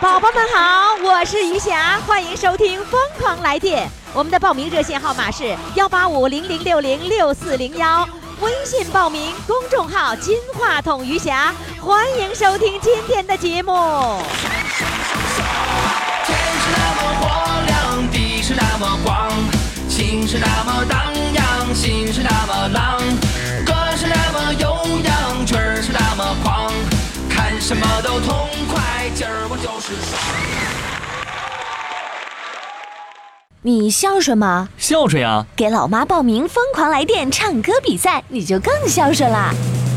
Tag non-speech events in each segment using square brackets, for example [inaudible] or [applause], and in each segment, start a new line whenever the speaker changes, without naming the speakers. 宝宝们好，我是余霞，欢迎收听《疯狂来电》。我们的报名热线号码是幺八五零零六零六四零幺，微信报名，公众号“金话筒余霞”。欢迎收听今天的节目。
天是那么荒凉，地是那么广，情是那么荡漾，心是那么浪，歌是那么悠扬，曲儿是那么狂，看什么都痛快，今儿我就是爽。
你孝顺吗？
孝顺呀，
给老妈报名“疯狂来电”唱歌比赛，你就更孝顺啦！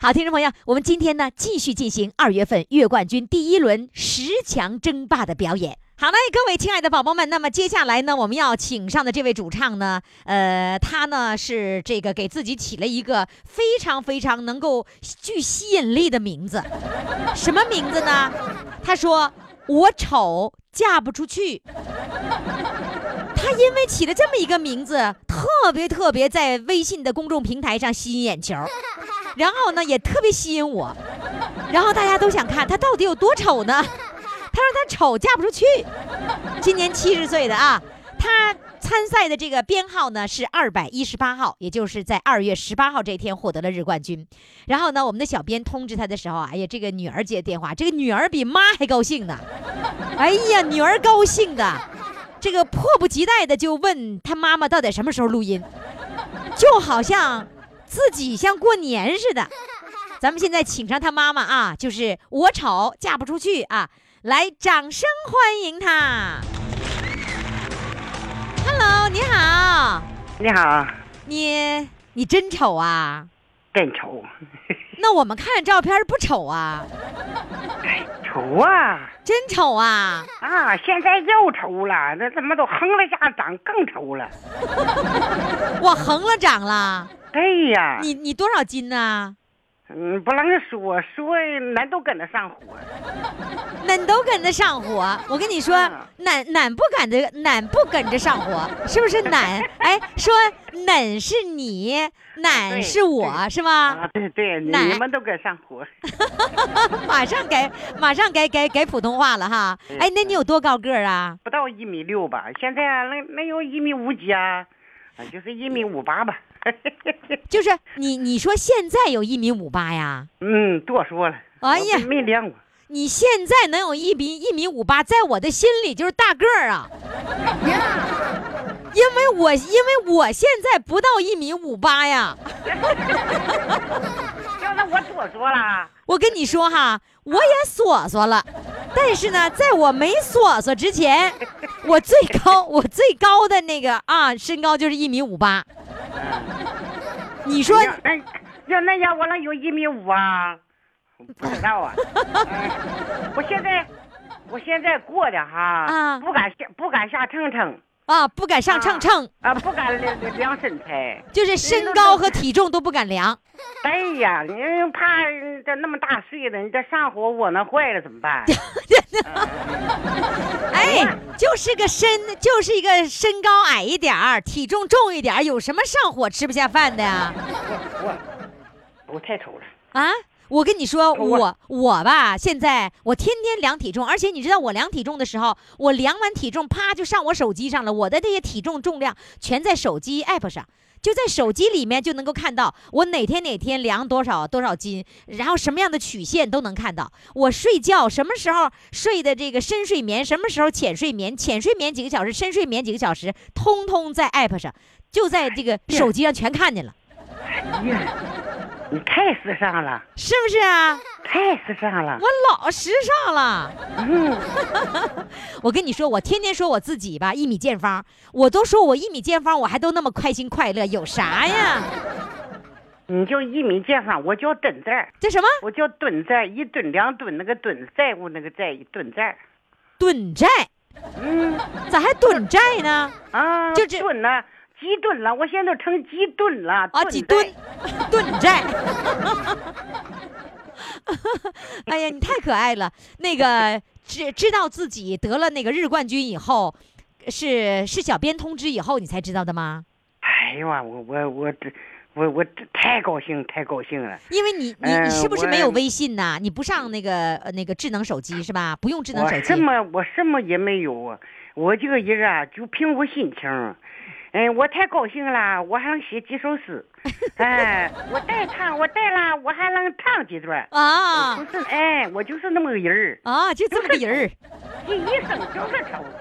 好，听众朋友，我们今天呢继续进行二月份月冠军第一轮十强争霸的表演。好嘞，各位亲爱的宝宝们，那么接下来呢，我们要请上的这位主唱呢，呃，他呢是这个给自己起了一个非常非常能够具吸引力的名字，什么名字呢？他说我丑嫁不出去。他因为起了这么一个名字，特别特别在微信的公众平台上吸引眼球。然后呢，也特别吸引我，然后大家都想看他到底有多丑呢。他说他丑嫁不出去，今年七十岁的啊，他参赛的这个编号呢是二百一十八号，也就是在二月十八号这天获得了日冠军。然后呢，我们的小编通知他的时候啊，哎呀，这个女儿接电话，这个女儿比妈还高兴呢。哎呀，女儿高兴的，这个迫不及待的就问他妈妈到底什么时候录音，就好像自己像过年似的。咱们现在请上他妈妈啊，就是我丑嫁不出去啊，来，掌声欢迎他。Hello，你好，
你好，
你你真丑啊？
真丑， [laughs]
那我们看照片不丑啊，
丑啊
真丑啊！
啊！现在又丑了，那他妈都横了下长更丑了。
我横了长了，
对呀，
你你多少斤呢、
嗯，不能说说，咱都跟他上火。
哪都跟着上火。我跟你说，
嗯
哪哪不跟着哪不跟着上火，是不
[laughs]
是哪？哎，说哪是你，哪
对
是我，
啊对
是吗
啊？，对对，你
奶
们都跟上火，
马上改，马上改改改普通话了哈。哎，那你有多高个儿啊？
不到一米六吧？现在啊能能有一米五几啊？啊，就是一米五八吧。 [laughs]
就是你你说现在有一米五八呀？
嗯，多说了。
哎呀
我没量过。
你现在能有一米一米五八，在我的心里就是大个儿啊。因为我因为我现在不到一米五八呀，
要那我多说了。
我跟你说哈，我也索索了，但是呢，在我没索索之前，我最高 [laughs] 我最高的那个啊身高就是一米五八。你说
要那要那样，我能有一米五啊？不知道
[laughs]
啊，哎我现在我现在过的哈，
啊
不敢下不敢下秤称
啊不敢上秤称，
啊，不敢量量身材。
[laughs] 就是身高和体重都不敢量。
哎呀，你怕这那么大岁了，你这上火窝囊坏了怎么办？
哎，就是个身，就是一个身高矮一点儿，体重重一点儿，有什么上火吃不下饭的呀？
我我太丑了，
啊，我跟你说，
我
我我吧，现在我天天量体重，而且你知道我量体重的时候，我量完体重啪就上我手机上了，我的这些体重重量全在手机 app 上，就在手机里面就能够看到我哪天哪天量多少多少斤，然后什么样的曲线都能看到。我睡觉什么时候睡的这个深睡眠，什么时候浅睡眠，浅睡眠几个小时，深睡眠几个小时，通通在 app 上，就在这个手机上全看见了，
你太时尚了，
是不是啊？
太时尚了。
我老时尚了。 [laughs] 我跟你说，我天天说我自己吧，一米见方，我都说我一米见方，我还都那么开心快乐，有啥呀？
你就一米见方，我叫蹲字儿，
这什么
我叫蹲字儿，一蹲两蹲，那个蹲债务那个债，蹲字儿
蹲债？咋还蹲债呢？
啊，
就这
蹲了，鸡蹲了，我现在都成鸡蹲了，
啊，
蹲
几
字
吨吨债。 [laughs] 哎呀，你太可爱了！那个知知道自己得了那个日冠军以后，是是小编通知以后你才知道的吗？
哎呀，我我我这，我我这太高兴，太高兴了！
因为你你你
呃
是不是没有
我
微信呐、你不上那个呃那个智能手机是吧？不用智能
我
手机
什，么我什么也没有啊，我这个人啊，就凭我心情。哎，我太高兴了，我还能写几首
[laughs]
诗。哎，我带唱，我带了，我还能唱几段。
啊
就是哎，我就是那么个人儿，
啊，就这么个人儿，
这一生就是愁。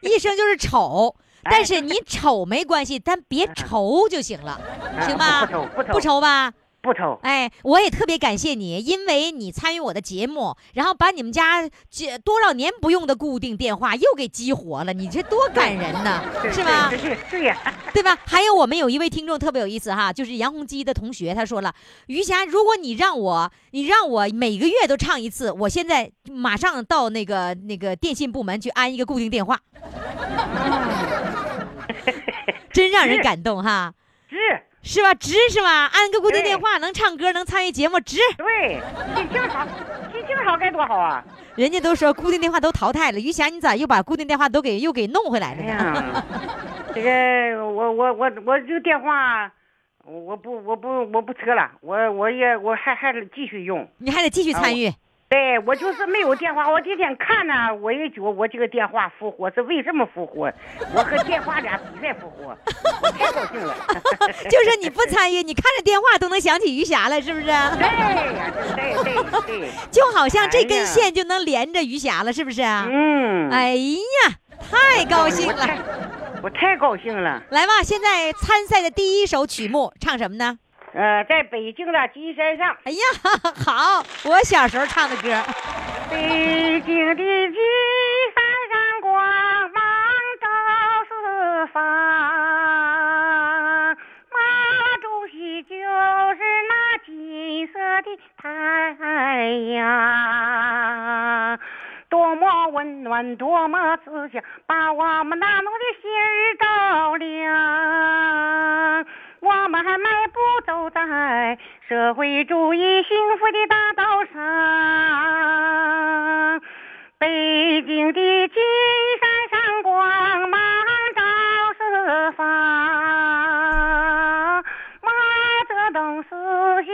一生就是丑。
哎
但是你丑没关系，但别愁就行了，行吧？
哎不愁不愁
不愁吧？
不愁，
哎，我也特别感谢你，因为你参与我的节目，然后把你们家这多少年不用的固定电话又给激活了，你这多感人呐，啊是吧
是？是是呀，啊
对吧？还有我们有一位听众特别有意思哈，就是杨洪基的同学，他说了，于霞，如果你让我，你让我每个月都唱一次，我现在马上到那个那个电信部门去安一个固定电话， [laughs] 真让人感动哈。
是，
是吧？值是吧？安个固定
对
电话，能唱歌，能参与节目，值。
对，心情好，心情好该多好啊！
人家都说固定电话都淘汰了，于霞你咋又把固定电话都给又给弄回来了
哎
呢？
呀，这个我我我我这个电话，我我不我不我不扯了，我我也我还还得继续用。
你还得继续参
啊
与。
对我就是没有电话，我这天看呢、我也觉得我这个电话复活是为什么复活？我和电话俩比赛复活，我太高兴了。
[laughs] 就是你不
[laughs]
参与，你看着电话都能想起于霞来，是不是？
对哎呀，对对
[laughs]
对，
就好像这
哎
根
呀
线就能连着于霞了，是不是啊？
嗯，
哎呀，太高兴
我 [laughs]
了！
太我太高兴了。
来吧，现在参赛的第一首曲目唱什么呢？
呃，在北京的金山上，
哎呀， [laughs] 好，我小时候唱的歌。
[laughs]
哎
北京的金山上，光芒照四方。毛主席就是那金色的太阳，多么温暖，多么慈祥，把啊我们那奴的心儿照亮。我们还迈步走在社会主义幸福的大道上。北京的金山上光芒照四方，毛泽东思想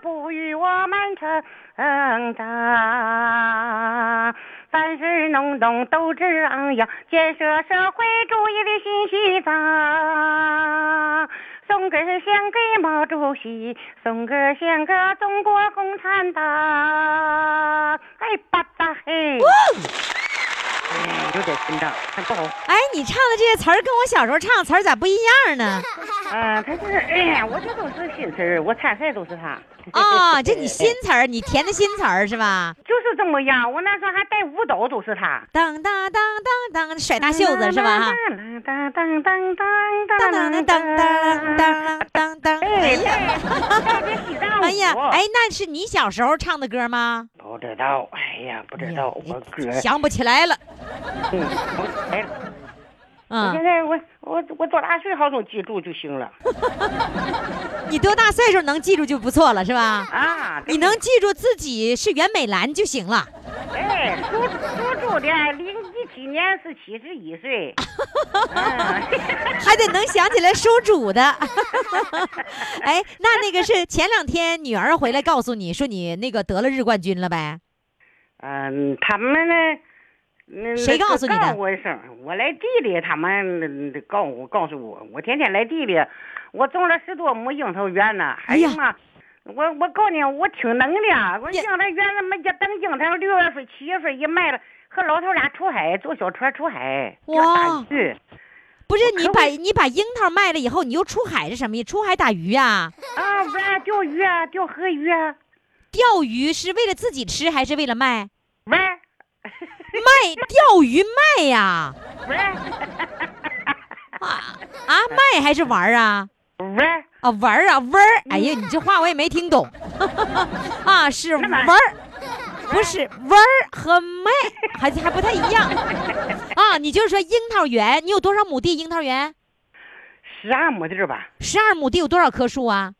哺育我们成长。咱是农农啊斗志昂扬，建设社会主义的新西藏。送歌献给毛主席，送歌献给中国共产党。哎，吧嗒嘿！哎，有点心脏，还不好。
哎，你唱的这些词儿跟我小时候唱的词儿咋不一
[laughs]
样呢？
嗯、他就是，哎呀，我这都是新词儿，我参赛都是他。
啊、这你新词儿，你填的新词儿是吧？
就是这么样，我那时候还带舞蹈都是他。
当当当当当，甩大袖子是吧？哈，
当当当当当
当
当
当当当当当当当，哎
哎
呀，
呀，带着西藏舞。
哎呀，哎，，那是你小时候唱的歌吗？
不知道，哎呀，不知道，我哥，
想不起来了，
嗯我哎，我现
嗯，
在我我我多大岁数能记住就行了
你多大岁数能记住就不错了是吧？
啊！
你能记住自己是袁美兰就行了。
哎，属属猪的，零一
七年是七十一岁。嗯
还得能想起来属主的。 [laughs] 哎，那那个是前两天女儿回来告诉你说你那个得了日冠军了呗？
嗯，他们呢？那
谁
那
告诉你的
告我一声，我来地里，他们那告我告诉我，我天天来地里，我种了十多亩樱桃园呢。
哎
哎
呀
呀妈！我我告诉你，我挺能的。啊我
呀
樱桃园他妈一等樱桃六月份、七月份一卖了，和老头俩出海坐小船出海钓
哇
大鱼。
不是你
可
把你把樱桃卖了以后，你又出海是什么意思？出海打鱼啊？
啊，不是钓鱼啊，钓河鱼啊，
钓鱼是为了自己吃还是为了卖？
不是
卖钓鱼卖呀、啊？
不是
啊，卖还是玩儿啊？
不是，
啊，玩儿啊，玩儿！哎呀，你这话我也没听懂，啊，是玩儿，不是玩儿和卖还还不太一样啊。你就是说樱桃园，你有多少亩地？樱桃园
十二亩地儿吧。
十二亩地有多少棵树啊？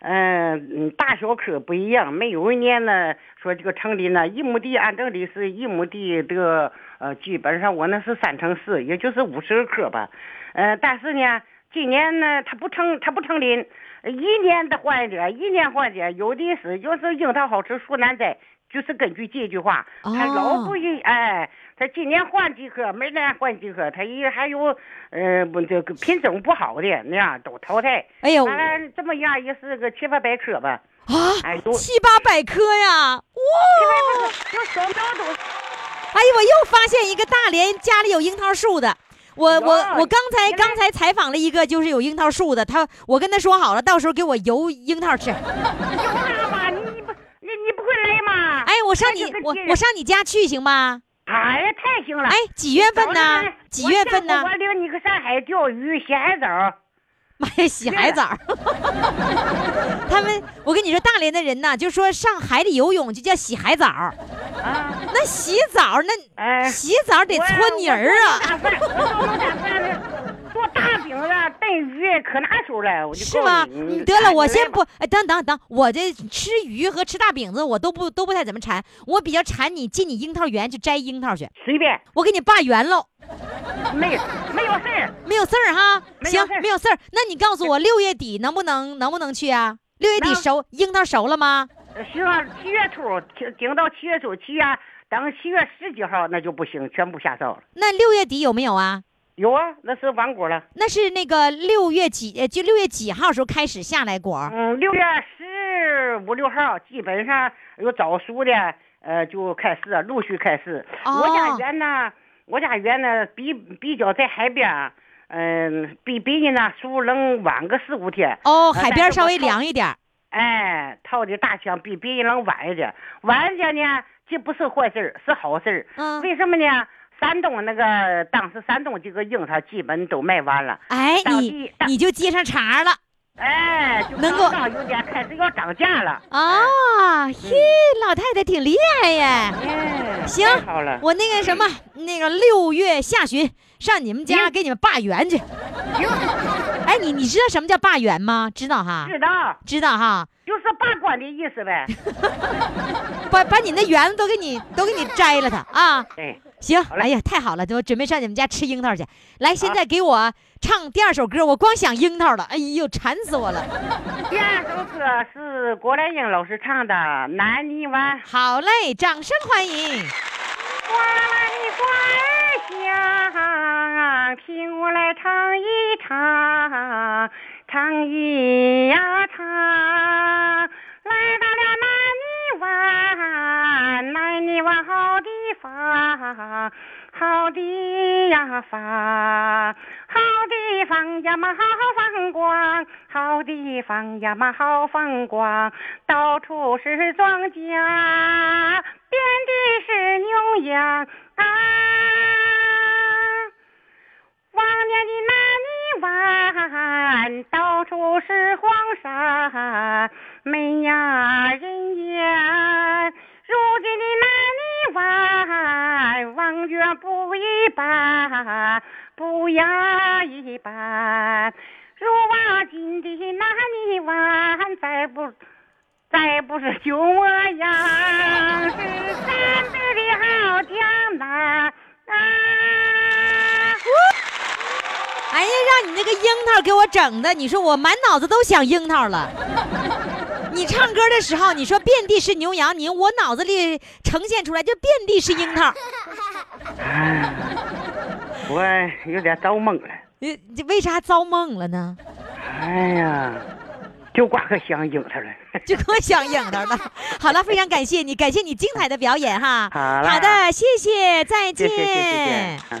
嗯，嗯大小可不一样，没有一年呢，说这个城里呢，一亩地按道理是一亩地这个呃，基本上我那是三乘四，也就是五十克吧。呃，但是呢，今年呢，它不成，它不成林，一年的换一点，一年换一点，有的是，就是樱桃好吃树难摘，就是根据这句话，它老不一，哎，它今年换几颗，明年换几颗，它也还有，呃，不这个品种不好的那样都淘汰。
哎呦
完了这么样也是个七八百颗吧，
啊，
哎呦，
七八百棵呀！哇，
就小苗都
哎呦，我又发现一个大连家里有樱桃树的。我我
哟
我刚
原
才
来
刚才采访了一个就是有樱桃树的，他我跟他说好了，到时候给我油樱桃吃。
哎大嘛，你你不你你不会来吗？
哎，我上你
哎这个
我
劲儿
我上你家去行吗？
哎呀，太行了！
哎，几月份
早
呢
上来？
几月份呢
我下午？我领你去上海钓鱼、洗海澡。
妈呀，洗海澡儿！ [laughs] 他们，我跟你说，大连的人呐，就说上海里游泳就叫洗海澡儿。
啊，
那洗澡儿那
哎，
洗澡儿得
我
搓泥儿啊，！
我做农家饭我做农家饭呢，做大饼啊，炖鱼可拿手了，我就
是
告
吗？
诉你
嗯得了，我先。
你来吧
不，哎，等等等，我这吃鱼和吃大饼子我都不都不太怎么馋，我比较馋你进你樱桃园去摘樱桃去，
随便，
我给你罢园喽，
没没有事儿。
没有事儿哈。
没有
行
事，儿
没有事儿。那你告
[laughs]
诉我六月底能不能能不能去啊？六月底
能
熟樱桃熟了吗？
行啊，七月初顶顶到七月初七呀，等七月十几号那就不行，全部下哨了。
那六月底有没有啊？
有啊，那是完果了。
那是那个六月几，呃就六月几号时候开始下来果儿？
嗯，六月十五六号，基本上有早熟的，呃，就开始陆续开始。
哦
我家园呢，我家园呢比比较在海边儿，嗯、比比你那熟能晚个四五天。
哦，
呃
海边
但是
稍
我
微
套
凉一点儿。
哎，套的大枪比别人能晚一点，晚一点呢，这不是坏事儿，是好事儿。
嗯
为什么呢？山东那个当时山东这个樱桃基本都卖完了，
哎，
到
你
地到
你就接上茬儿了
哎，就
能够
刚刚有点开始要涨价了。
啊！
嗯
嘿，老太太挺厉害耶。
哎，
行
太好了，
我那个什么，那个六月下旬上你们家
嗯
给你们罢园去。哎，你你知道什么叫罢园吗？知道哈，
知道，
知道哈，
就是罢官的意思 [laughs] 呗。
把把你那园子都给你都给你摘了它啊！
哎，
行，
嘞
哎呀，太好了，我准备上你们家吃樱桃去。来，现在给我唱第二首歌，我光想樱桃了，哎呦，馋死我了。
第二首歌是郭兰英老师唱的《南泥湾》。
好嘞，掌声欢迎。
花儿香，听我来唱一唱，唱一呀唱。来到了南泥湾，南泥湾好地方，好地呀方，好地方呀嘛好风光，好地方呀嘛好风光，到处是庄稼，遍地是牛羊啊。望见的南泥湾，到处是荒山，没呀人烟。如今的南泥湾，望远不一般，不呀一般。如望今的南泥湾，再不再不是旧模样，是咱们的好江南啊！
哎呀，让你那个樱桃给我整的，你说我满脑子都想樱桃了。你唱歌的时候，你说遍地是牛羊，你我脑子里呈现出来就遍地是樱桃。
我有点着懵了。
你呃这为啥遭梦了呢？
哎呀，就挂个香樱桃了。
[laughs] 就可想影儿了。好了，非常感谢你，感谢你精彩的表演哈。
好嘞
的，谢谢，再
谢
见。
谢谢谢谢。啊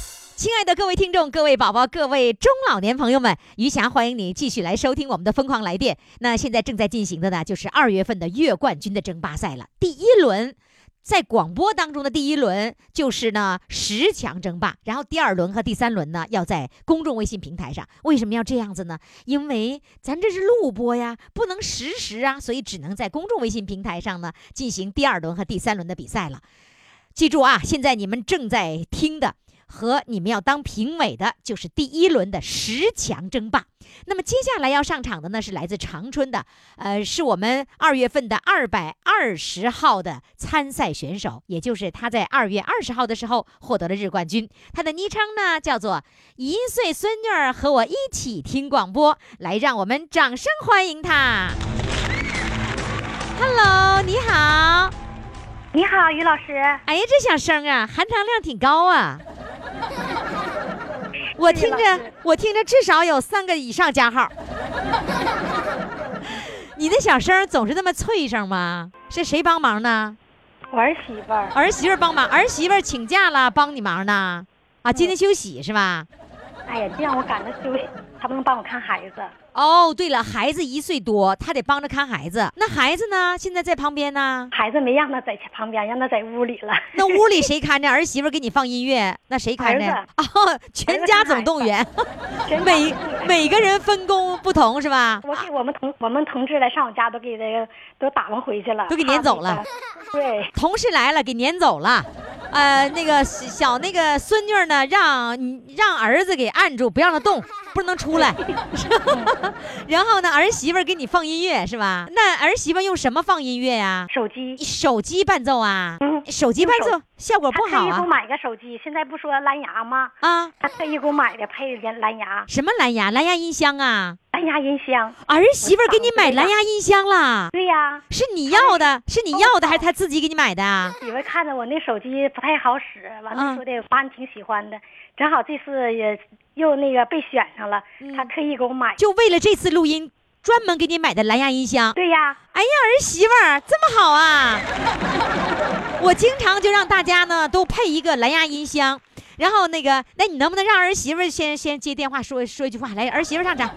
亲爱的各位听众、各位宝宝、各位中老年朋友们，余霞欢迎你继续来收听我们的《疯狂来电》。那现在正在进行的呢，就是二月份的月冠军的争霸赛了，第一轮。在广播当中的第一轮就是呢十强争霸，然后第二轮和第三轮呢要在公众微信平台上。为什么要这样子呢？因为咱这是录播呀，不能实时啊，所以只能在公众微信平台上呢进行第二轮和第三轮的比赛了。记住啊，现在你们正在听的和你们要当评委的，就是第一轮的十强争霸。那么接下来要上场的呢，是来自长春的，呃，是我们二月份的二百二十号的参赛选手，也就是他在二月二十号的时候获得了日冠军。他的昵称呢叫做“一岁孙女儿和我一起听广播”，来，让我们掌声欢迎他。Hello，你好。
你好，于老师。
哎呀，这小声啊，含糖量挺高啊！我听着，我听着，至少有三个以上加号。你的小声总是那么脆声吗？是谁帮忙呢？
我儿媳妇儿，
儿媳妇儿帮忙，儿媳妇儿请假了，帮你忙呢。啊，今天休息是吧？
哎呀，就让我赶着休息，她不能帮我看孩子。
哦，对了，孩子一岁多，她得帮着看孩子。那孩子呢？现在在旁边呢。
孩子没让她在旁边，让她在屋里了。
那屋里谁看着？儿媳妇儿给你放音乐，那谁看着呀？哦，全家总动员。
[laughs] 全家
每
都是
每个人分工不同是吧？
我给我们同我们同志来上我家都给这都打发回去了，
都给撵走了
怕回家。对，
同事来了，给撵走了。呃，那个小小那个孙女儿呢，让让儿子给按住，不让他动，不能出来。 [laughs] 然后呢，儿媳妇儿给你放音乐是吧？那儿媳妇儿用什么放音乐呀、
手机。
手机伴奏啊？
嗯
手机伴
用
奏效果
她
不好
特意给我
啊？
买个手机，现在不说蓝牙吗？
啊，
她特意给我买的，配的蓝牙，
什么蓝牙？蓝牙音箱啊？
蓝牙音箱。
儿媳妇儿给你买
我找
蓝牙音箱啦？
对呀、
是你要的？是你要的还是他自己给你买的啊？
媳妇儿看着我那手机不太好使，完
嗯
了说的妈你挺喜欢的，正好这次也又那个被选上了，她特意给我买。
嗯就为了这次录音，专门给你买的蓝牙音箱。
对呀、
哎呀，儿媳妇儿这么好啊！我经常就让大家呢都配一个蓝牙音箱，然后那个，那你能不能让儿媳妇儿先先接电话说说一句话？来，儿媳妇儿上场。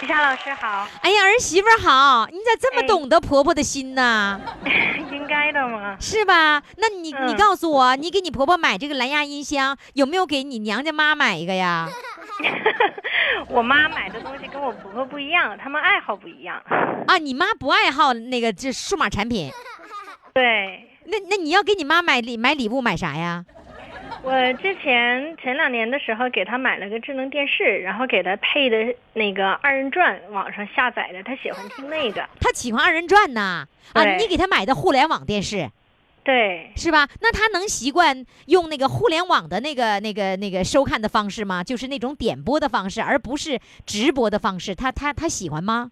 徐霞老师好，
哎呀，儿媳妇儿好，你咋这么
哎
懂得婆婆的心呢？
[laughs] 应该的嘛。
是吧？那你你
嗯
告诉我，你给你婆婆买这个蓝牙音箱，有没有给你娘家妈买一个呀？
[laughs] 我妈买的东西跟我婆婆不一样，她们爱好不一样。
啊，你妈不爱好那个这数码产品，
对
那那你要给你妈买礼买礼物买啥呀？
我之前前两年的时候给她买了个智能电视，然后给她配的那个二人转，网上下载的，她喜欢听那个。
她喜欢二人转呐，啊，
对
你给她买的互联网电视。
[laughs] 对，
是吧？那他能习惯用那个互联网的那个、那个、那个收看的方式吗？就是那种点播的方式，而不是直播的方式。他他他喜欢吗？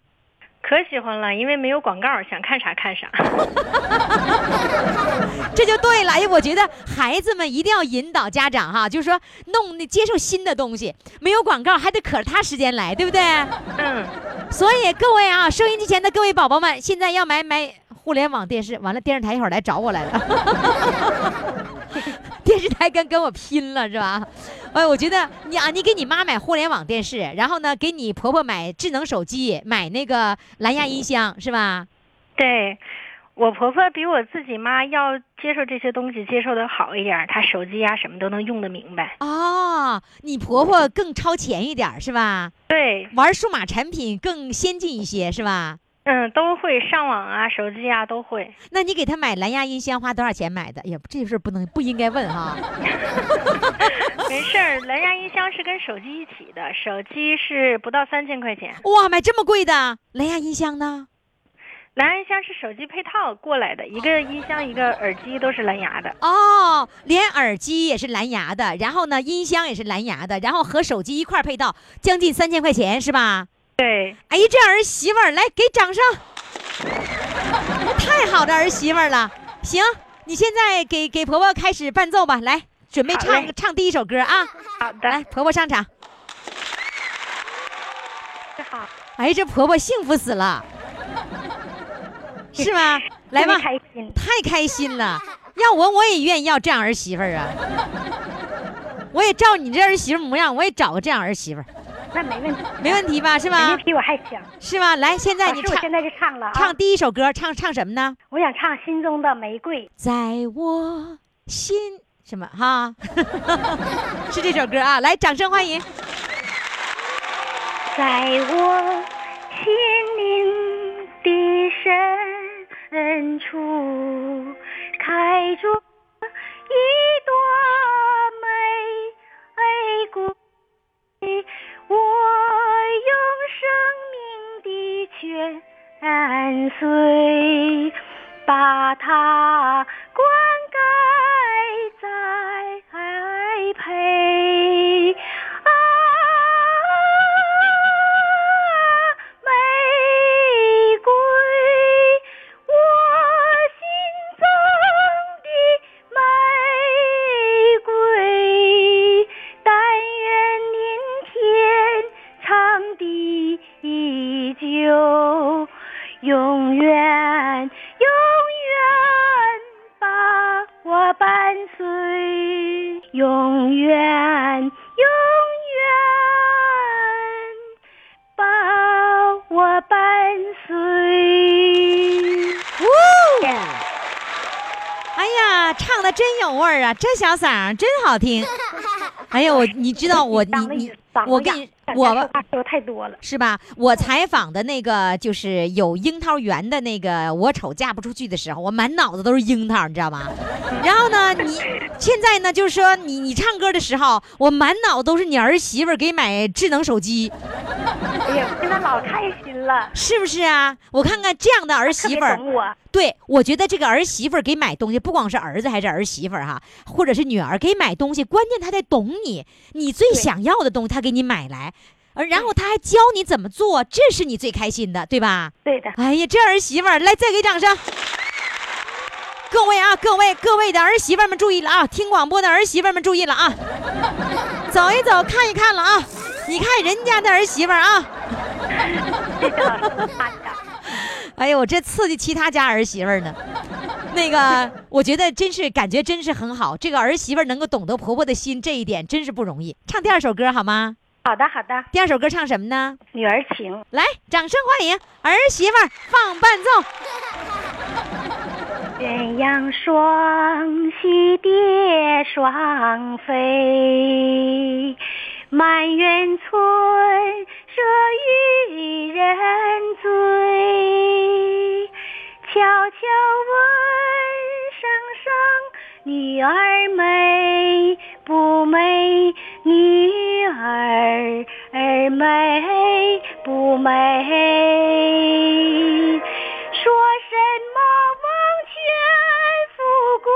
可喜欢了，因为没有广告，想看啥看啥。 [laughs]
这就对了。哎，我觉得孩子们一定要引导家长哈，就是说弄那接受新的东西，没有广告还得可着他时间来，对不对？
嗯，
所以各位啊，收音机前的各位宝宝们，现在要买买互联网电视，完了电视台一会儿来找我来了。 [laughs] 电视台跟跟我拼了是吧？哎，我觉得你啊，你给你妈买互联网电视，然后呢，给你婆婆买智能手机，买那个蓝牙音箱是吧？
对。我婆婆比我自己妈要接受这些东西接受的好一点儿，她手机呀、啊什么都能用得明白。
哦，你婆婆更超前一点儿是吧？
对，
玩数码产品更先进一些是吧？
嗯，都会上网啊，手机啊都会。
那你给她买蓝牙音箱花多少钱买的？也这事儿不能不应该问哈。
[laughs] 没事儿，蓝牙音箱是跟手机一起的，手机是不到三千块钱，
哇，买这么贵的蓝牙音箱呢？
蓝牙音箱是手机配套过来的，一个音箱一个耳机都是蓝牙的。
哦，连耳机也是蓝牙的，然后呢，音箱也是蓝牙的，然后和手机一块儿配套，将近三千块钱是吧？
对，
哎，这儿媳妇儿来给掌声，太好的儿媳妇儿了。行，你现在给给婆婆开始伴奏吧，来，准备
好
唱
嘞
唱第一首歌啊。
好的，
来，婆婆上场。
好，
哎，这婆婆幸福死了，是吗？来吧
特别，开心。
太开心了。要我我也愿意要这样儿媳妇儿
[laughs]
啊！我也照你这儿媳妇儿模样，我也找个这样儿媳妇儿，
那没问题，
没问题吧？是
肯
吧
定？比我还强。
是吧？来，现在
老
你
师，我
唱
现在就唱了啊！
唱第一首歌，唱唱什么呢？
我想唱《心中的玫瑰
在我心什么哈？ [laughs] 是这首歌啊！来，掌声欢迎。》，
在我心灵的深处开着一朵玫瑰。我用生命的泉水把它灌溉栽培。啊，玫瑰，我心中的玫瑰，但愿明天长地久，永远永远把我伴随，永远永远把我伴随。
哎呀，唱的真有味儿啊！这小嗓儿真好听。哎呀，我你知道我你
嗓子
你
嗓子
我跟
哑
你
大家
我
说
吧
话说太多了，
是吧？我
嗯
采访的那个就是有樱桃园的那个，我瞅嫁不出去的时候，我满脑子都是樱桃，你知道吗？然后呢，你
[laughs]
现在呢，就是说你你唱歌的时候，我满脑都是你儿媳妇儿给买智能手机，
哎呀，我现在老开心了，
是不是啊？我看看这样的儿
特
媳
别
妇儿，
懂我。
对，我觉得这个儿媳妇儿给买东西，不光是儿子还是儿媳妇儿哈，或者是女儿给买东西，关键她得懂你，你最想要的东西她给你买来，而然后她还教你怎么做，这是你最开心的，对吧？
对的，
哎呀，这儿媳妇儿来，再给掌声！各位啊，各位各位的儿媳妇儿们注意了啊！听广播的儿媳妇儿们注意了啊！走一走，看一看了啊！你看人家的儿媳妇儿啊！
谢谢老师的夸奖。
哎呦，我这刺激其他家儿媳妇儿呢。那个，我觉得真是感觉真是很好，这个儿媳妇儿能够懂得婆婆的心，这一点真是不容易。唱第二首歌好吗？
好的，好的，
第二首歌唱什么呢？
女儿情，
来，掌声欢迎儿媳妇儿放伴奏。
鸳鸯双栖蝶双飞，满园春色与人醉。悄悄问声声，女儿美不美？女儿儿哎美不美？说什么王权富贵？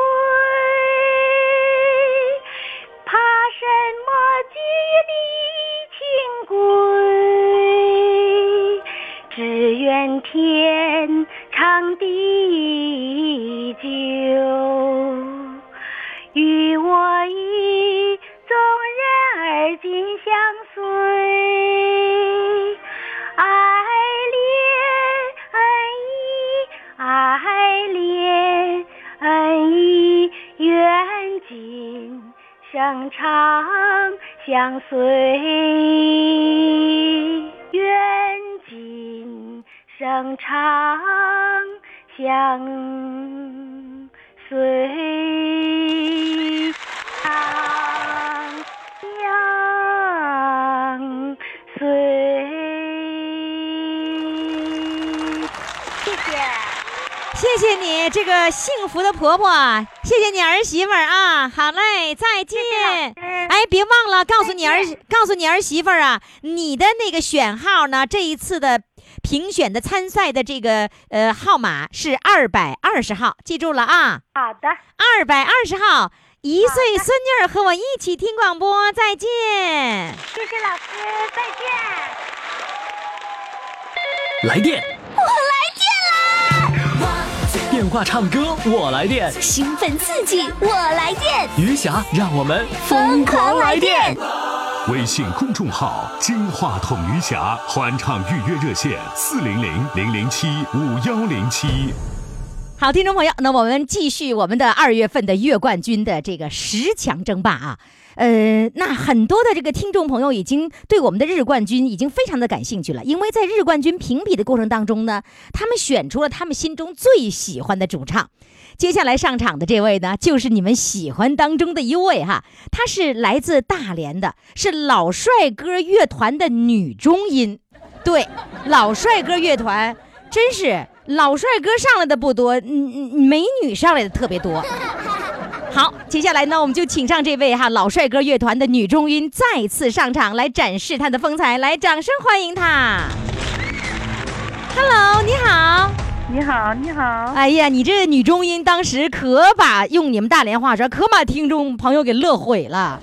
怕什么举礼轻归？只愿天长地久，与我意中人儿紧相随。爱恋恩义，爱恋恩义，愿今生长相随，愿今生长。相随，长相随。谢谢。
谢谢你这个幸福的婆婆，谢谢你儿媳妇儿啊！好嘞，再见。
师
哎，别忘了告诉你儿
再见，
告诉你儿媳妇儿啊，你的那个选号呢，这一次的评选的参赛的这个呃号码是二百二十号，记住了啊，
好的，
二百二十号。一岁孙女儿和我一起听广播，再见。
谢谢老师，再见。
来电，我来电啦！电话唱歌，我来电。
兴奋刺激，我来电，
余霞，让我们
疯狂来电！
微信公众号“金话筒余霞”欢唱预约热线：四零零零零七五幺零七。
好，听众朋友，那我们继续我们的二月份的月冠军的这个十强争霸啊。呃，那很多的这个听众朋友已经对我们的日冠军已经非常的感兴趣了，因为在日冠军评比的过程当中呢，他们选出了他们心中最喜欢的主唱。接下来上场的这位呢，就是你们喜欢当中的一位哈，她是来自大连的，是老帅哥乐团的女中音。对，老帅哥乐团真是老帅哥上来的不多，嗯，嗯美女上来的特别多。好，接下来呢，我们就请上这位哈老帅哥乐团的女中音再次上场，来展示她的风采，来掌声欢迎她。Hello，你好。
你好，你好，
哎呀，你这女中音当时可把用你们大连话说，可把听众朋友给乐毁了。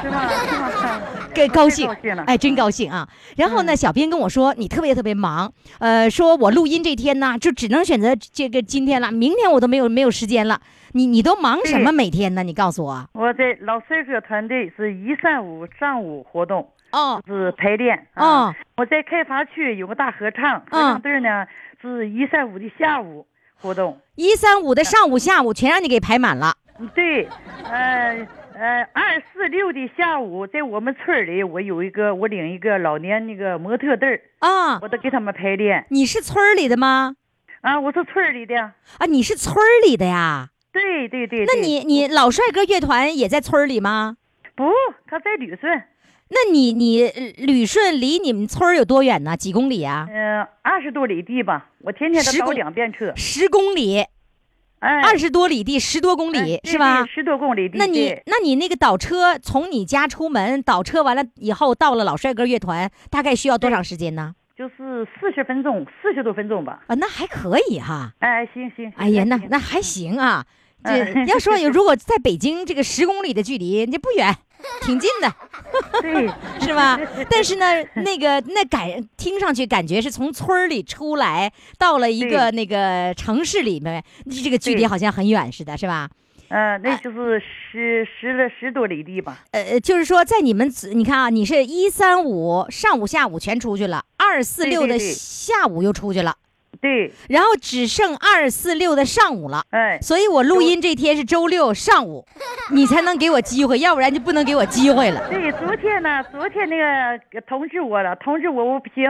是吗？是吗？
给高兴
高兴了，嗯
哎，真高兴啊！然后呢，小编跟我说你特别特别忙，呃，说我录音这天呢，就只能选择这个今天了，明天我都没有没有时间了。你你都忙什么每天呢？你告诉我。
我这老帅哥团队是一三五上午活动，
哦
是排练啊。
哦
我在开发区有个大合唱，合唱队呢是一三五的下午活动。
一三五的上午、下午全让你给排满了。
嗯
对，呃呃，二四六的下午在我们村儿里，我有一个我领一个老年那个模特队儿，
啊，
我都给他们排练
你是村儿里的吗？
啊。我是村儿里的，
啊，你是村儿里的呀？
对对对。
那
对
你你老帅哥乐团也在村儿里吗？
不？他在旅顺，
那你你呃旅顺离你们村儿有多远呢？几公里啊？
嗯、二十多里地吧。我天天都
十
倒
公
两遍车。
十公里，
哎，
二十多里地，十多公里、是吧？
十多公里地。
那你
对
那你那个倒车从你家出门倒车完了以后，到了老帅哥乐团，大概需要多长时间呢？
就是四十分钟，四十多分钟吧。
啊，那还可以哈。
哎，行行。行
哎呀，那
行
那还行啊。这
嗯 [laughs]
要说有如果在北京这个十公里的距离，这不远，挺近的， [laughs]
对，
是吧？但
[laughs]
是呢，那个那感听上去感觉是从村儿里出来，到了一个那个城市里面，这个距离
对
好像很远似的，是吧？
嗯，
哎
那就是十十了十多里地吧。
呃，就是说，在你们子你看啊，你是一三五上午、下午全出去了，二四
对
六
对
的
对
下午又出去了，
对，
然后只剩二四六的上午了。
哎，
所以我录音这天是周六上
[laughs]
午，你才能给我机会，要不然就不能给我机会了。
对，昨天呢，昨天那个通知我了，通知我我不行。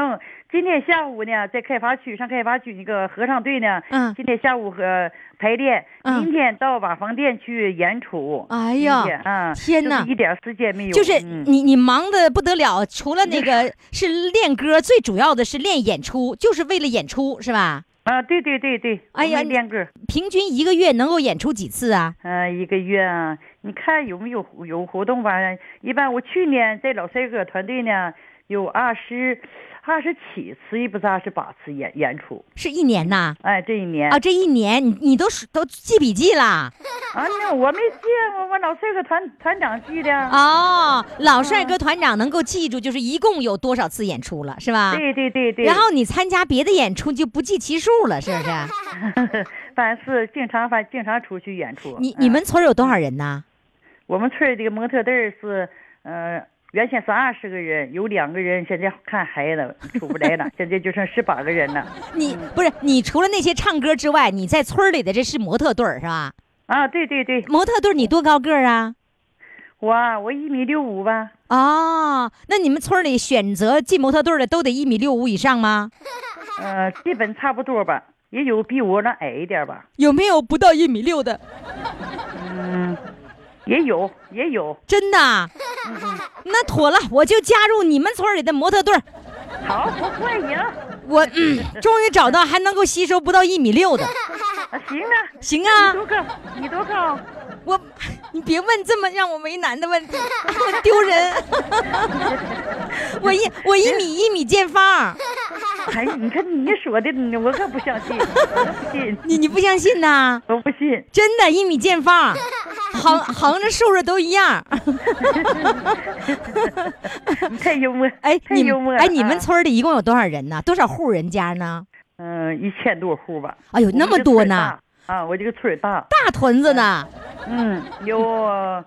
今天下午呢，在开发区上开发区那个合唱队呢，
嗯
今天下午和排练，
嗯
明天到瓦房店去演出。
哎呀
明天啊，
天
就是
哪
一点时间没有。
就是
嗯
你你忙的不得了，除了那
[laughs]
个是练歌，最主要的是练演出，就是为了演出是吧？
啊，对对对对，
哎呀
我没练歌。
平均一个月能够演出几次啊？
嗯，一个月啊，你看有没有活有活动吧？一般我去年在老帅哥团队呢，有二十、二十七次，不是二十八次演演出。
是一年呐？
哎，这一年
啊，这一年你你都数都记笔记啦？
啊，那我没见过，我老帅哥团团长记的。
哦，老帅哥团长能够记住，就是一共有多少次演出了，是吧？
对对对对。
然后你参加别的演出就不计其数了，是不 [laughs] 是？
反正是经常反经常出去演出。
你
嗯
你们村儿有多少人呢？
我们村儿这个模特队儿是，呃，原先是二十个人，有两个人现在看孩子出不来了， [laughs] 现在就剩十八个人了。
你不是你除了那些唱歌之外，你在村儿里的这是模特队儿是吧？
啊，对对对，
模特队儿你多高个儿啊？
我啊我一米六五吧。
哦，那你们村儿里选择进模特队儿的都得一米六五以上吗？
呃，基本差不多吧。
也有比我那矮一点吧，
有没有不到一米六的？
也有也有。
真的 [laughs] 啊？那妥了，我就加入你们村里的模特队儿。
好，不欢迎，
我、嗯、终于找到还能够吸收不到一米六的，
[laughs] 啊行啊，
行啊
你。多高？你多哦高？
我， [laughs] 你别问这么让我为难的问题，我丢人。 [laughs] 我一我一米一米见方，
哎，你看你说的，你我可不相信，我都不信，
你你不相信呐？
我不信。
真的，一米见方，
[laughs]
横横着竖着都一样。
你太幽默，
哎，
太
你
幽默
们
了。
哎，你们
啊
村儿里一共有多少人呢？多少户人家呢？
嗯一千多户吧？
哎呦，
我
那
们
么
这
多
村儿
呢，
大？啊，我这个村儿大，
大屯子呢？
嗯，有呃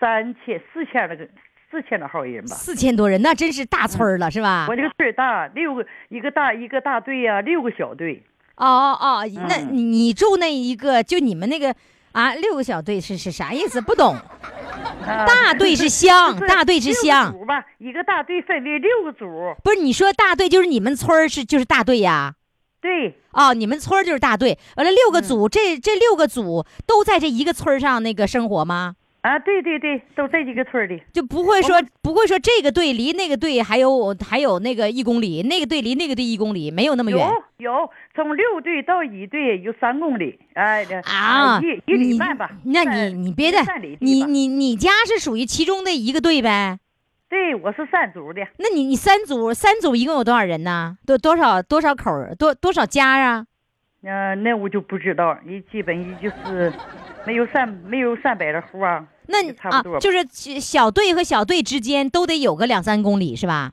三千四千来个四千来号人吧。
四千多人，那真是大村儿了，是吧？
我这个村儿大，六个一个大一个大队呀、六个小队。
哦哦哦，
嗯
那你你住那一个，就你们那个啊，六个小队是是啥意思？不
[laughs]
懂。
啊、
大队是乡，
就是
大队是
六个
乡，
组吧，一个大队分为六个组。
不是你说大队就是你们村儿是就是大队呀？
对，
哦，你们村儿就是大队，完了六个
嗯
组，这这六个组都在这一个村儿上那个生活吗？
啊，对对对，都在一个村儿里。
就不会说不会说这个队离那个队还有还有那个一公里，那个队离那个队一公里，没有那么远。
有有，从六队到一队有三公里，哎、这
啊，
一一
你
里半吧。
那
在
你你别的
三里，地
你
吧
你你家是属于其中的一个队呗？
对，我是三组的，
那你你三组三组一共有多少人呢？多多少多少口儿多多少家啊？
嗯、那我就不知道，一基本也就是没有三没有三百来户啊。
那
也
你
差
啊
不多吧，
就是其小队和小队之间都得有个两三公里是吧？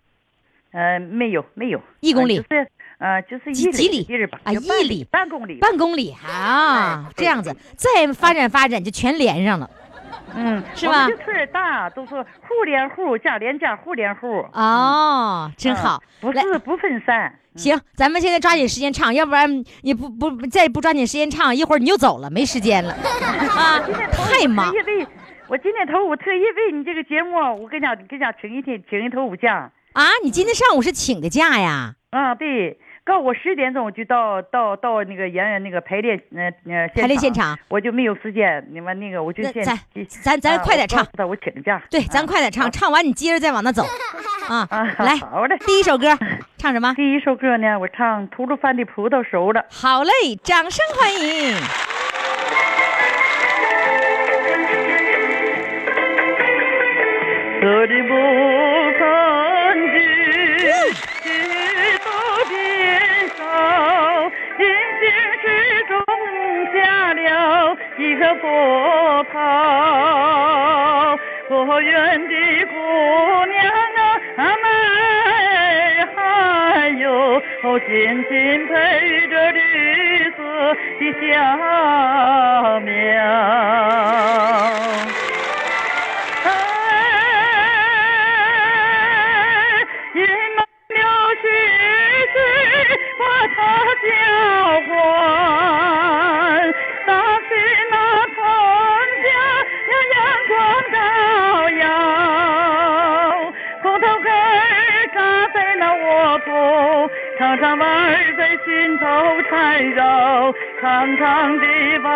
呃，没有没有，
一公里
啊就是呃，就是
几
一
几
里
里
地儿吧，
啊
就
一
半
里
半公里吧，
半公里啊
嗯哎，
这样子再发展发展就全连上了
嗯，
是
我
吧
们这村儿大，都说户连户，家连家，户连户，
哦，真
嗯
好。
不
来
是不分散。嗯
行，咱们现在抓紧时间唱，要不然也不不不再不抓紧时间唱，一会儿你就走了，没时间
[laughs]
了啊，太忙
特。意为我今天头我特意为你这个节目，我跟你讲跟你讲请一天请一头午假。
啊，你今天上午是请的假呀？
啊，对，告我十点钟就到到到那个演员那个排练呃呃
排练现场，
我就没有时间，你们那个我就
那
先
咱
去
咱咱
啊
快点
我
唱
告诉他我请个假。
对，
啊
咱快点唱，唱完你接着再往那走。
[laughs]
啊
啊，，
来，
好嘞。
第一首歌唱什么？
第一首歌呢，我唱《吐鲁番的葡萄熟了》。
好嘞，掌声欢迎。
我的不堪知，直到年少，人间只种下了一个波涛。果园的姑娘啊，阿妹，还有紧紧陪着绿色的小苗。哎，饮满了诗句，把它交换。当时那童家让阳光照耀，葡萄根儿扎在那窝头，常常弯儿在心头缠绕，长长的弯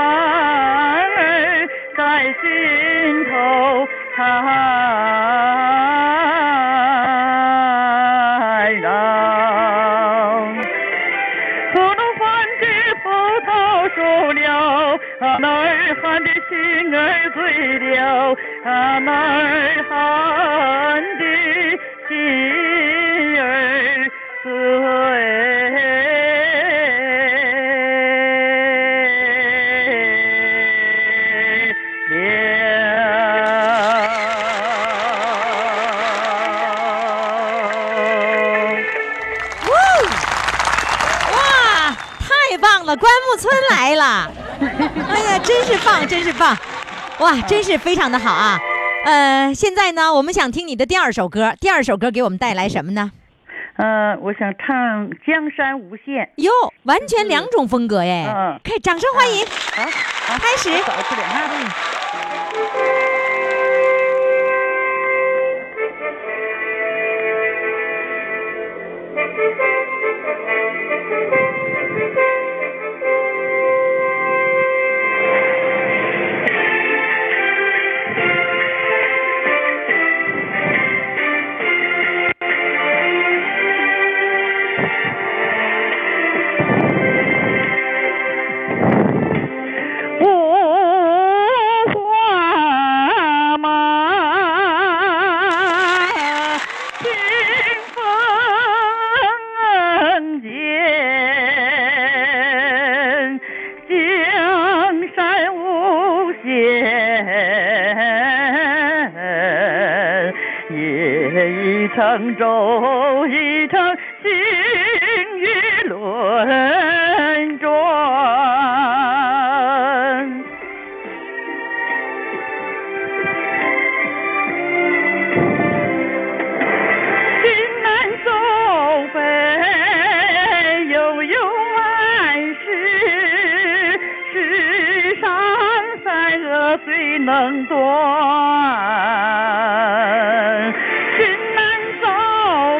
儿在心头缠绕。葡萄番的葡萄熟了，啊，那儿喊的心儿醉了，啊，那儿喊的心儿醉了。
哇，太棒了！关牧村来 [laughs] 了，哎呀，真是棒，真是棒，哇，真是非常的好啊。呃，现在呢，我们想听你的第二首歌，第二首歌给我们带来什么呢？
嗯，我想唱《江山无限
哟，完全两种风格耶！
嗯
看，掌声欢迎，》
啊，好，
开始。
找去点哈。
江山无限，
乘舟，一程行于轮转。今南走北，悠悠万事，世上善恶谁能断？今南走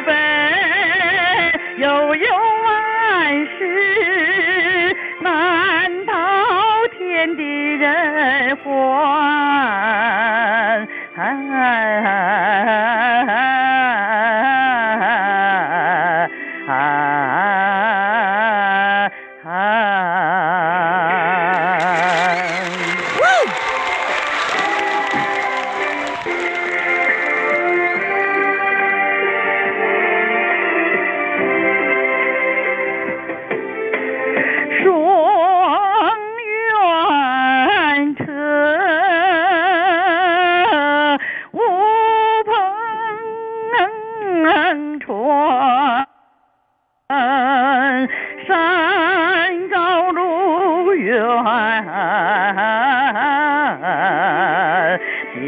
北，悠悠万事，难逃天地人啊寰。啊双圆车，无篷船，山高路远，今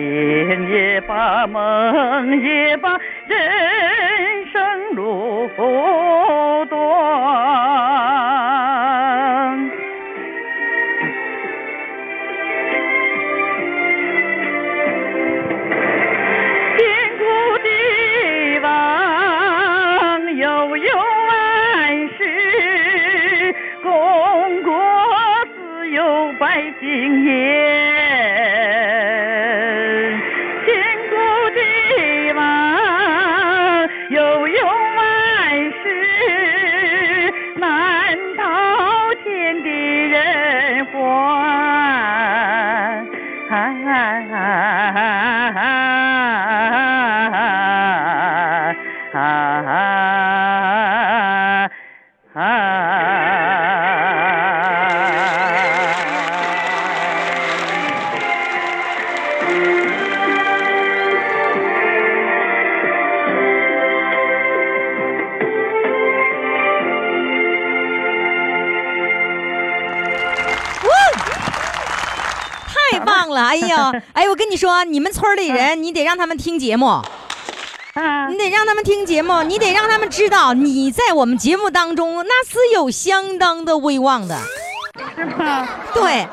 夜把梦也把人生路断。千古帝王，悠悠万世，功过自有百姓言。千古帝王，悠悠万世，难逃天地人寰。
太棒了！哎呦，哎，我跟你说，你们村里人，你得让他们听节目，你得让他们听节目，你得让他们知道你在我们节目当中那是有相当的威望的，
是吗？
对，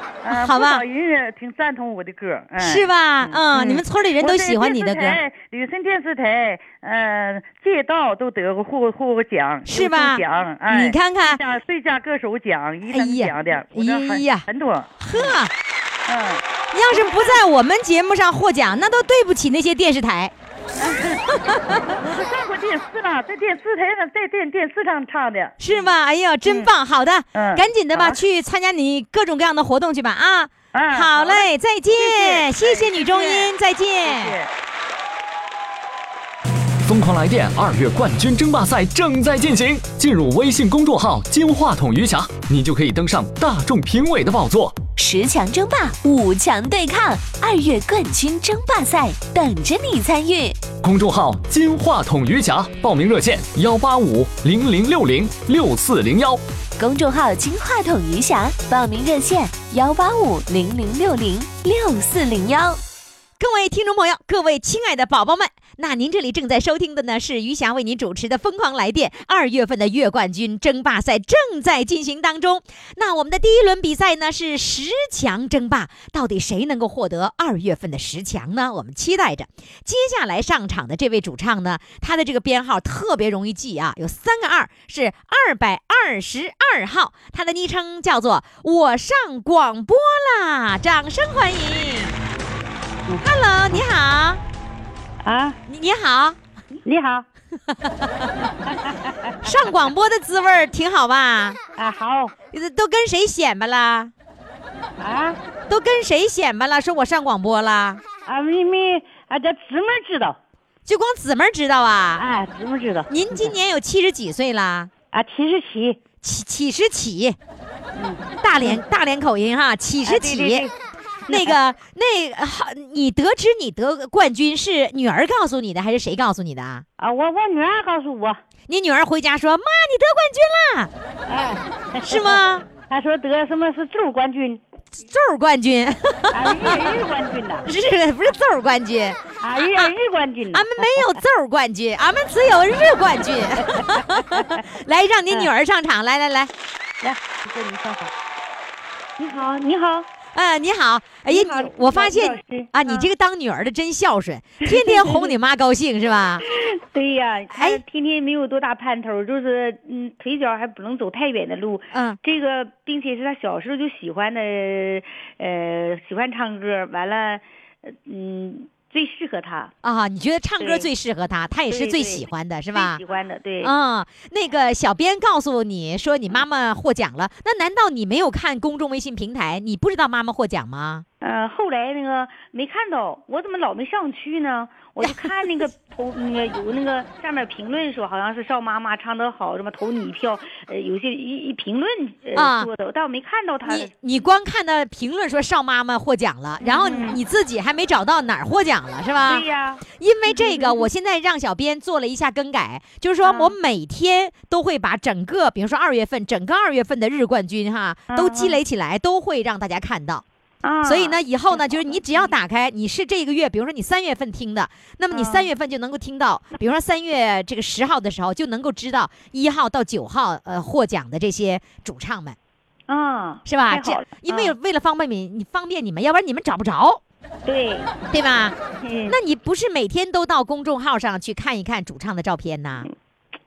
[laughs]
嗯
好吧
不少，人也挺赞同我的歌，嗯、
是吧？嗯，
嗯
你们村里人
我
都
在
喜欢你
电
的
视
歌，
台。旅顺电视台，嗯、街道都得过获获过奖，
是
优秀
吧
奖，哎，
你看看
最佳最佳歌手奖、一等
呀
奖的，我这
哎
很
呀
很多，
呵，
嗯。
要是不在我们节目上获奖，那都对不起那些电视台。
我上过电视了，在电视台上，在电电视上唱的。
是吧？哎呦，真棒！好的，
嗯
赶紧的吧，
好
去参加你各种各样的活动去吧啊！
嗯
好嘞，再见，谢谢女中音，再
谢
见。
谢
疯狂来电二月冠军争霸赛正在进行，进入微信公众号“金话筒余霞”，你就可以登上大众评委的宝座。
十强争霸，五强对抗，二月冠军争霸赛等着你参与。
公众号“金话筒余霞”，报名热线：幺八五零零六零六四零幺。
公众号“金话筒余霞”，报名热线：幺八五零零六零六四零幺。
各位听众朋友，各位亲爱的宝宝们，那您这里正在收听的呢是余霞为您主持的《疯狂来电》，二月份的月冠军争霸赛正在进行当中。那我们的第一轮比赛呢是十强争霸，到底谁能够获得二月份的十强呢？我们期待着。接下来上场的这位主唱呢，他的这个编号特别容易记啊，有三个二，是二百二十二号，他的昵称叫做“我上广播啦”，掌声欢迎。Hello，你好，
啊，
你你好，
你好，
上广播的滋味儿挺好吧？
啊好，
都跟谁显摆了？
啊
都跟谁显摆了？说我上广播了，
啊咪咪啊，这姊妹知道，
就光姊妹儿知道啊？
哎，姊妹知道，
您今年有七十几岁了？
啊七十七，
七七十起，大连大连口音哈，七十
嗯啊对对
起
对。
那个那个好，你得知你得冠军是女儿告诉你的，还是谁告诉你的啊？
啊，我我女儿告诉我，
你女儿回家说：“妈，你得冠军啦
啊
哎，！”
是？吗？
她说得什么是周冠军，
揍冠军， [laughs]
啊，日日冠军呐，
日不是揍冠军，
啊，日日冠军呐
[laughs] 俺们，没有揍冠
[laughs]
军，俺们只有日冠军。 [laughs] 来，让你女儿上场，来来来，
来，
啊
这你上好。你好，你好，
嗯，你好，哎呀
你好，
我发
老
现
师嗯
啊，你这个当女儿的真孝顺，天天哄你妈高兴是吧？
[laughs] 对呀、她
哎
天天没有多大盼头，就是嗯，腿脚还不能走太远的路。
嗯
这个，并且是她小时候就喜欢的，呃，喜欢唱歌，完了，呃嗯，最适合她，
啊，你觉得唱歌
对
最适合她，她也是
对
最
对
喜欢的是
是
吧
最喜？欢的，对。
嗯，那个小编告诉你说你妈妈获奖了，那难道你没有看公众微信平台，你不知道妈妈获奖吗？
呃，后来那个没看到，我怎么老没上去呢？我就看
[laughs]
那个投那个有那个下面评论说好像是邵妈妈唱得好，什么投你一票，呃，有些一一评论呃、
啊
说的，但我没看到他的
你你光看到评论说邵妈妈获奖了，然后你自己还没找到哪儿获奖了是吧？
嗯对呀、
因为这
嗯
个，我现在让小编做了一下更改，就是
啊
说我每天都会把整个，比如说二月份，整个二月份的日冠军哈，
嗯
都积累起来，都会让大家看到。
啊，
所以呢，以后呢，就是你只要打开，你是这个月，比如说你三月份听的，那么你
嗯
三月份就能够听到，比如说三月这个十号的时候，就能够知道一号到九号呃获奖的这些主唱们，
啊，
是吧？
太好
这
了
因为
嗯
为了方便你，你方便你们，要不然你们找不着，
对，
对吧？
嗯，
那你不是每天都到公众号上去看一看主唱的照片呐？
嗯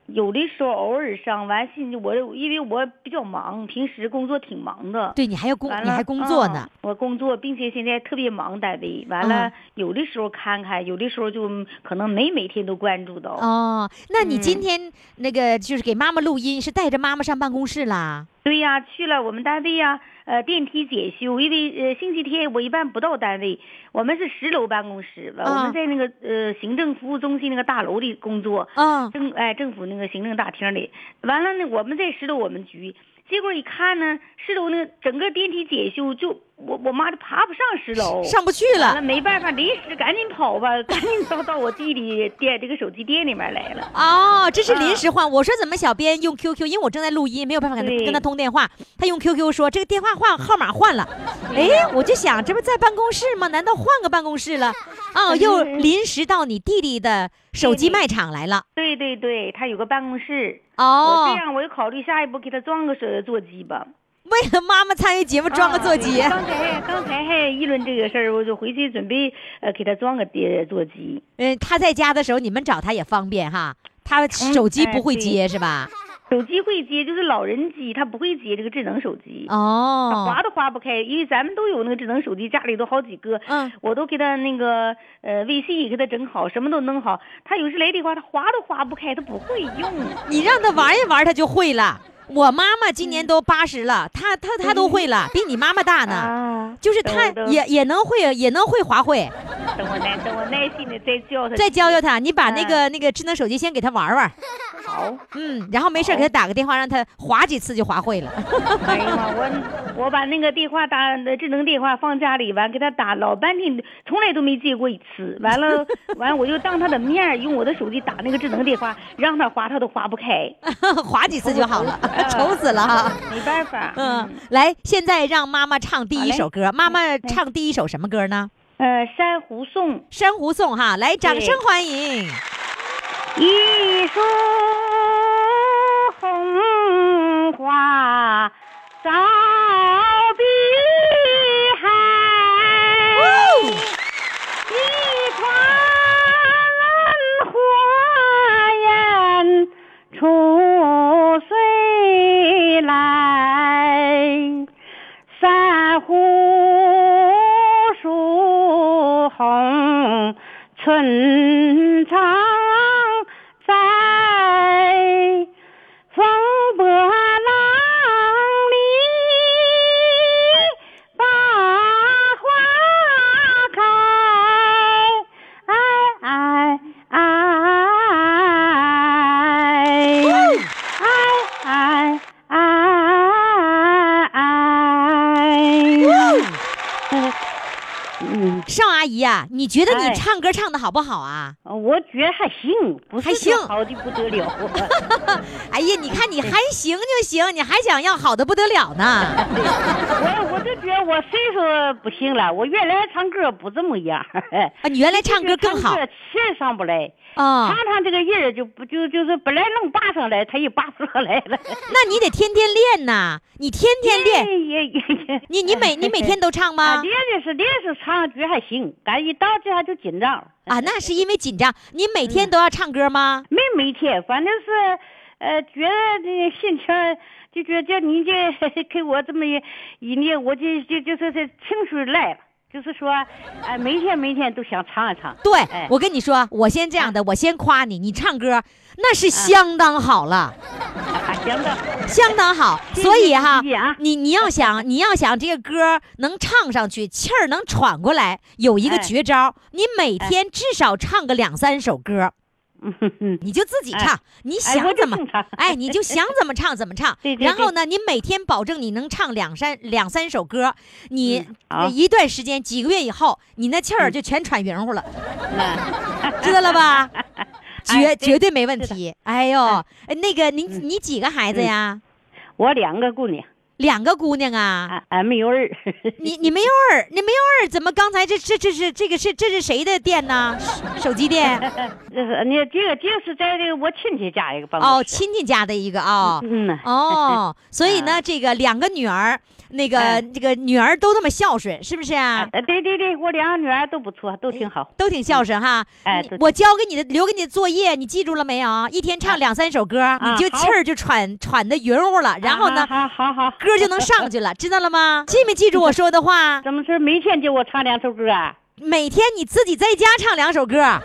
有的时候偶尔上完，现在我因为我比较忙，平时工作挺忙的。
对你还要工
完，
你
了
还工作呢
嗯。我工作，并且现在特别忙，单位。完了，
嗯
有的时候看看，有的时候就可能没每天都关注到。
哦，那你今
嗯
天那个就是给妈妈录音，是带着妈妈上办公室啦？
对呀、去了我们单位呀、呃，电梯检修，因为呃星期天我一般不到单位，我们是十楼办公室吧，
啊
我们在那个呃行政服务中心那个大楼里工作，
嗯，
政哎政府那个行政大厅里，完了呢，我们在十楼我们局，结果一看呢，十楼那个整个电梯检修，就我我妈就爬不上十楼，
上不去了
完了。没办法，临时赶紧跑吧， [laughs] 赶紧到到我弟弟店这个手机店里面来了，
哦，这是临
嗯
时换。我说怎么小编用 QQ，因为我正在录音，没有办法跟他
对
跟他通电话。他用 QQ 说这个电话换号码换了。
嗯
哎，我就想这不在办公室吗？难道换个办公室了？哦，又临时到你弟弟的手机
嗯弟弟
卖场来了。
对对对，他有个办公室。
哦，
我这样，我就考虑下一步给他装个手座机吧，
为了妈妈参与节目装个座机。
啊对刚才刚才还议论这个事儿，我就回去准备呃给他装个呃座机。
嗯，他在家的时候，你们找他也方便哈。他手机不会
哎
接、是吧？
手机会接，就是老人机，他不会接这个智能手机。
哦
划，都划不开，因为咱们都有那个智能手机，家里都好几个，
嗯，
我都给他那个呃微信也给他整好，什么都弄好。他有时来的话，他划都划不开，他不会用。
你让他玩一玩，他就会了。我妈妈今
嗯
年都八十了，她她她都会了，比你妈妈大呢。
啊，
就是她
懂懂
也也能会，也能会划会。
等我耐等我耐心的再叫他，
再教教她，你把那个那个智能手机先给她玩玩，
嗯好。
嗯，然后没事儿给她打个电话，让她划几次就划会了。 [laughs]
哎呀妈，我我把那个电话打智能电话放家里，完给他打老半天，从来都没接过一次。完
[laughs]
了，完我就当他的面儿用我的手机打那个智能电话，让他划他都划不开，
划几次就好了，
愁
[laughs] 愁死了哈。
没办法。
啊嗯，来，现在让妈妈唱第一
好嘞
首歌。妈妈唱第一首什么歌呢？
哎
呃，珊瑚颂。
《珊瑚颂》哈，来，掌声欢迎。
一束红花照碧海，一船花烟出水来。珊瑚树红，春常在。
姨呀、你觉得
哎
你唱歌唱的好不好
[laughs]
啊？
呃我觉得还行，不
还
是
行
说好的不得了。 [laughs]
哎呀，你看你还行就行，你还想要好的不得了
[laughs]
呢。
我我就觉得我岁数不行了，我原来唱歌不怎么样，
啊，你原来唱歌更好
[laughs] 就是唱歌气上不来，
啊、
唱唱这个音儿就不就就是本来能拔上来，他也拔不上来了。哎
那你得天天练呐，你天天
[laughs]
练，
也也也，
你你每你每天都唱
[laughs] 啊
吗？
练的是练是唱觉得还行，但一到这下就紧张，
啊，那是因为紧张。你每
嗯
天都要唱歌吗？
没每天，反正是，呃，觉得这心情就觉得你这 [laughs] 给我这么一一念，我就就就是这情绪来了，就是说，哎、每天每天都想唱一唱。
对
哎，
我跟你说，我先这样的，我先夸你，你唱歌那
哎
是相当好了，
啊，行的，
相当好。
谢谢
所以哈
谢谢啊，
你你要
[laughs]
想你要想这个歌能唱上去，气儿能喘过来，有一个
哎
绝招，你每天至少唱个两三首歌，
嗯哼哼，
你就自己
哎
唱，你
哎
想
我就
怎么
正 [laughs] 常
哎，你就想怎么唱怎么唱
[laughs] 对。对
然后呢，你每天保证你能唱两三两三首歌，你
嗯好
一段时间几个月以后，你那气儿就全喘匀
[laughs]
乎了，
哎那
知道了吧？绝
哎对
绝对没问
是的嗯
题。哎呦，哎那个您你几个孩子呀？
我两个姑娘，
两个姑娘啊？
俺俺没 [laughs] 有儿，
你你没有二，你没有二，怎么刚才这这这是这个是这是谁的店呢？手机店
这是你这个这个是在这个我亲戚家一个办公
哦，
室。
亲戚家的一个哦。
嗯呐，
哦，所以呢，这个两个女儿，那个
哎
这个女儿都那么孝顺，是不是啊？
哎对对对，我两个女儿都不错，都挺好。
都挺孝顺哈。
哎
你
都挺
我交给你的留给你的作业，你记住了没有？一天唱两三首歌，
啊
你就气儿就喘喘的匀乎了，然后呢，
好好好，好
歌就能上去了，知道了吗？记没记住我说的话？
怎么是每天就我唱两首歌啊？
每天你自己在家唱两首歌，
啊，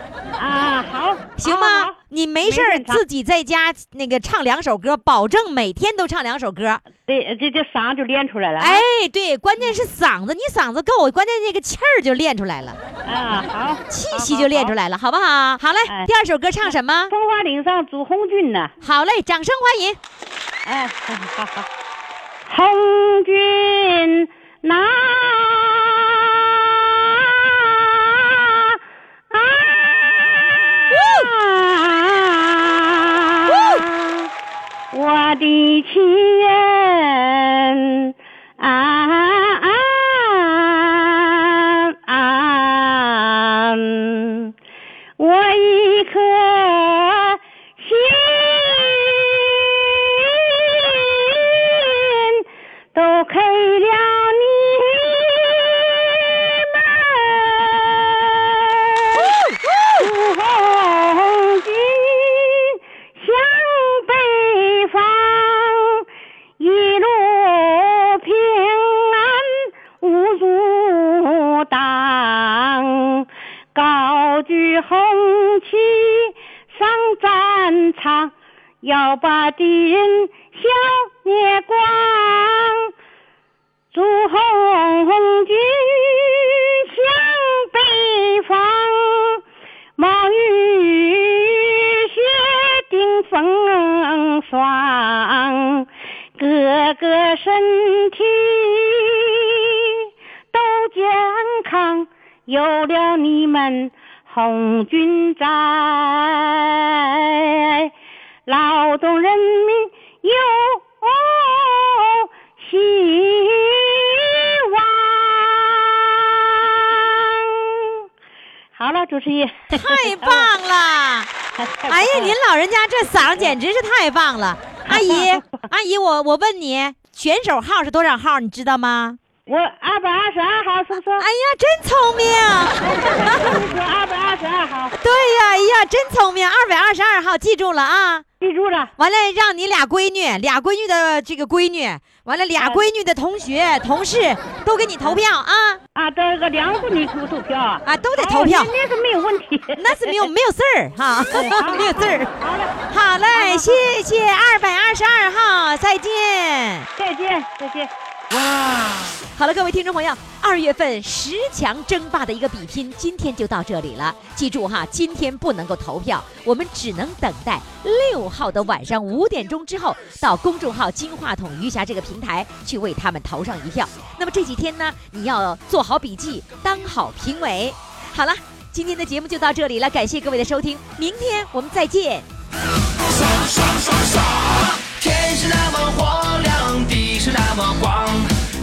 好，哦
行
好
吗
好？
你啊没事儿
没问题
自己在家那个唱两首歌，保证每天都唱两首歌。
对，这这嗓就练出来了。
哎，对，关键是嗓子，你嗓子够，关键那个气儿就练出来了。
啊，好，
气息就练出
来。
来了，好不好？好嘞，
哎
第二首歌唱什么
好？风花岭上主红军呐，
好嘞，掌声欢 [laughs] 迎。
哎，好好。红军啊呐、啊我的亲人啊啊啊！我一颗心都给了你们，红军向北方，一路平安无阻挡，高举红旗上战场，要把敌人消灭光。朱红军向北方，冒雨雪顶风霜，各个身体都健康，有了你们红军在，劳动人民有希望。好了，主持
[laughs]
人，
太棒 [laughs] 了！哎呀，您老人家这嗓儿简直是太棒 [laughs] 了，阿姨，阿姨，我我问你，选手号是多少号？你知道 [laughs] 吗？
我二百二十二号是不是？
哎呀，真聪明！
我二百二十二号，
对呀，哎呀，真聪明！二百二十二号，记住了啊！
记住了。
完了，让你俩闺女，俩闺女的这个闺女，完了俩闺女的同学、同事都给你投票啊
啊，这个两个你投投票啊？
啊，都得投票。
哦那那是没有问题。
那是没有没有事儿哈， [laughs] 没有事儿。
好了，
好嘞，谢谢二百二十二号，再见。
再见，再见。
好了，各位听众朋友，二月份十强争霸的一个比拼，今天就到这里了。记住哈，今天不能够投票，我们只能等待六号的晚上五点钟之后，到公众号“金话筒余霞”这个平台去为他们投上一票。那么这几天呢，你要做好笔记，当好评委。好了，今天的节目就到这里了，感谢各位的收听，明天我们再见。
爽爽爽爽！天是那么火亮，地是那么广，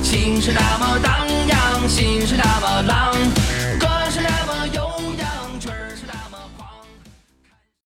情是那么荡漾，心是那么浪。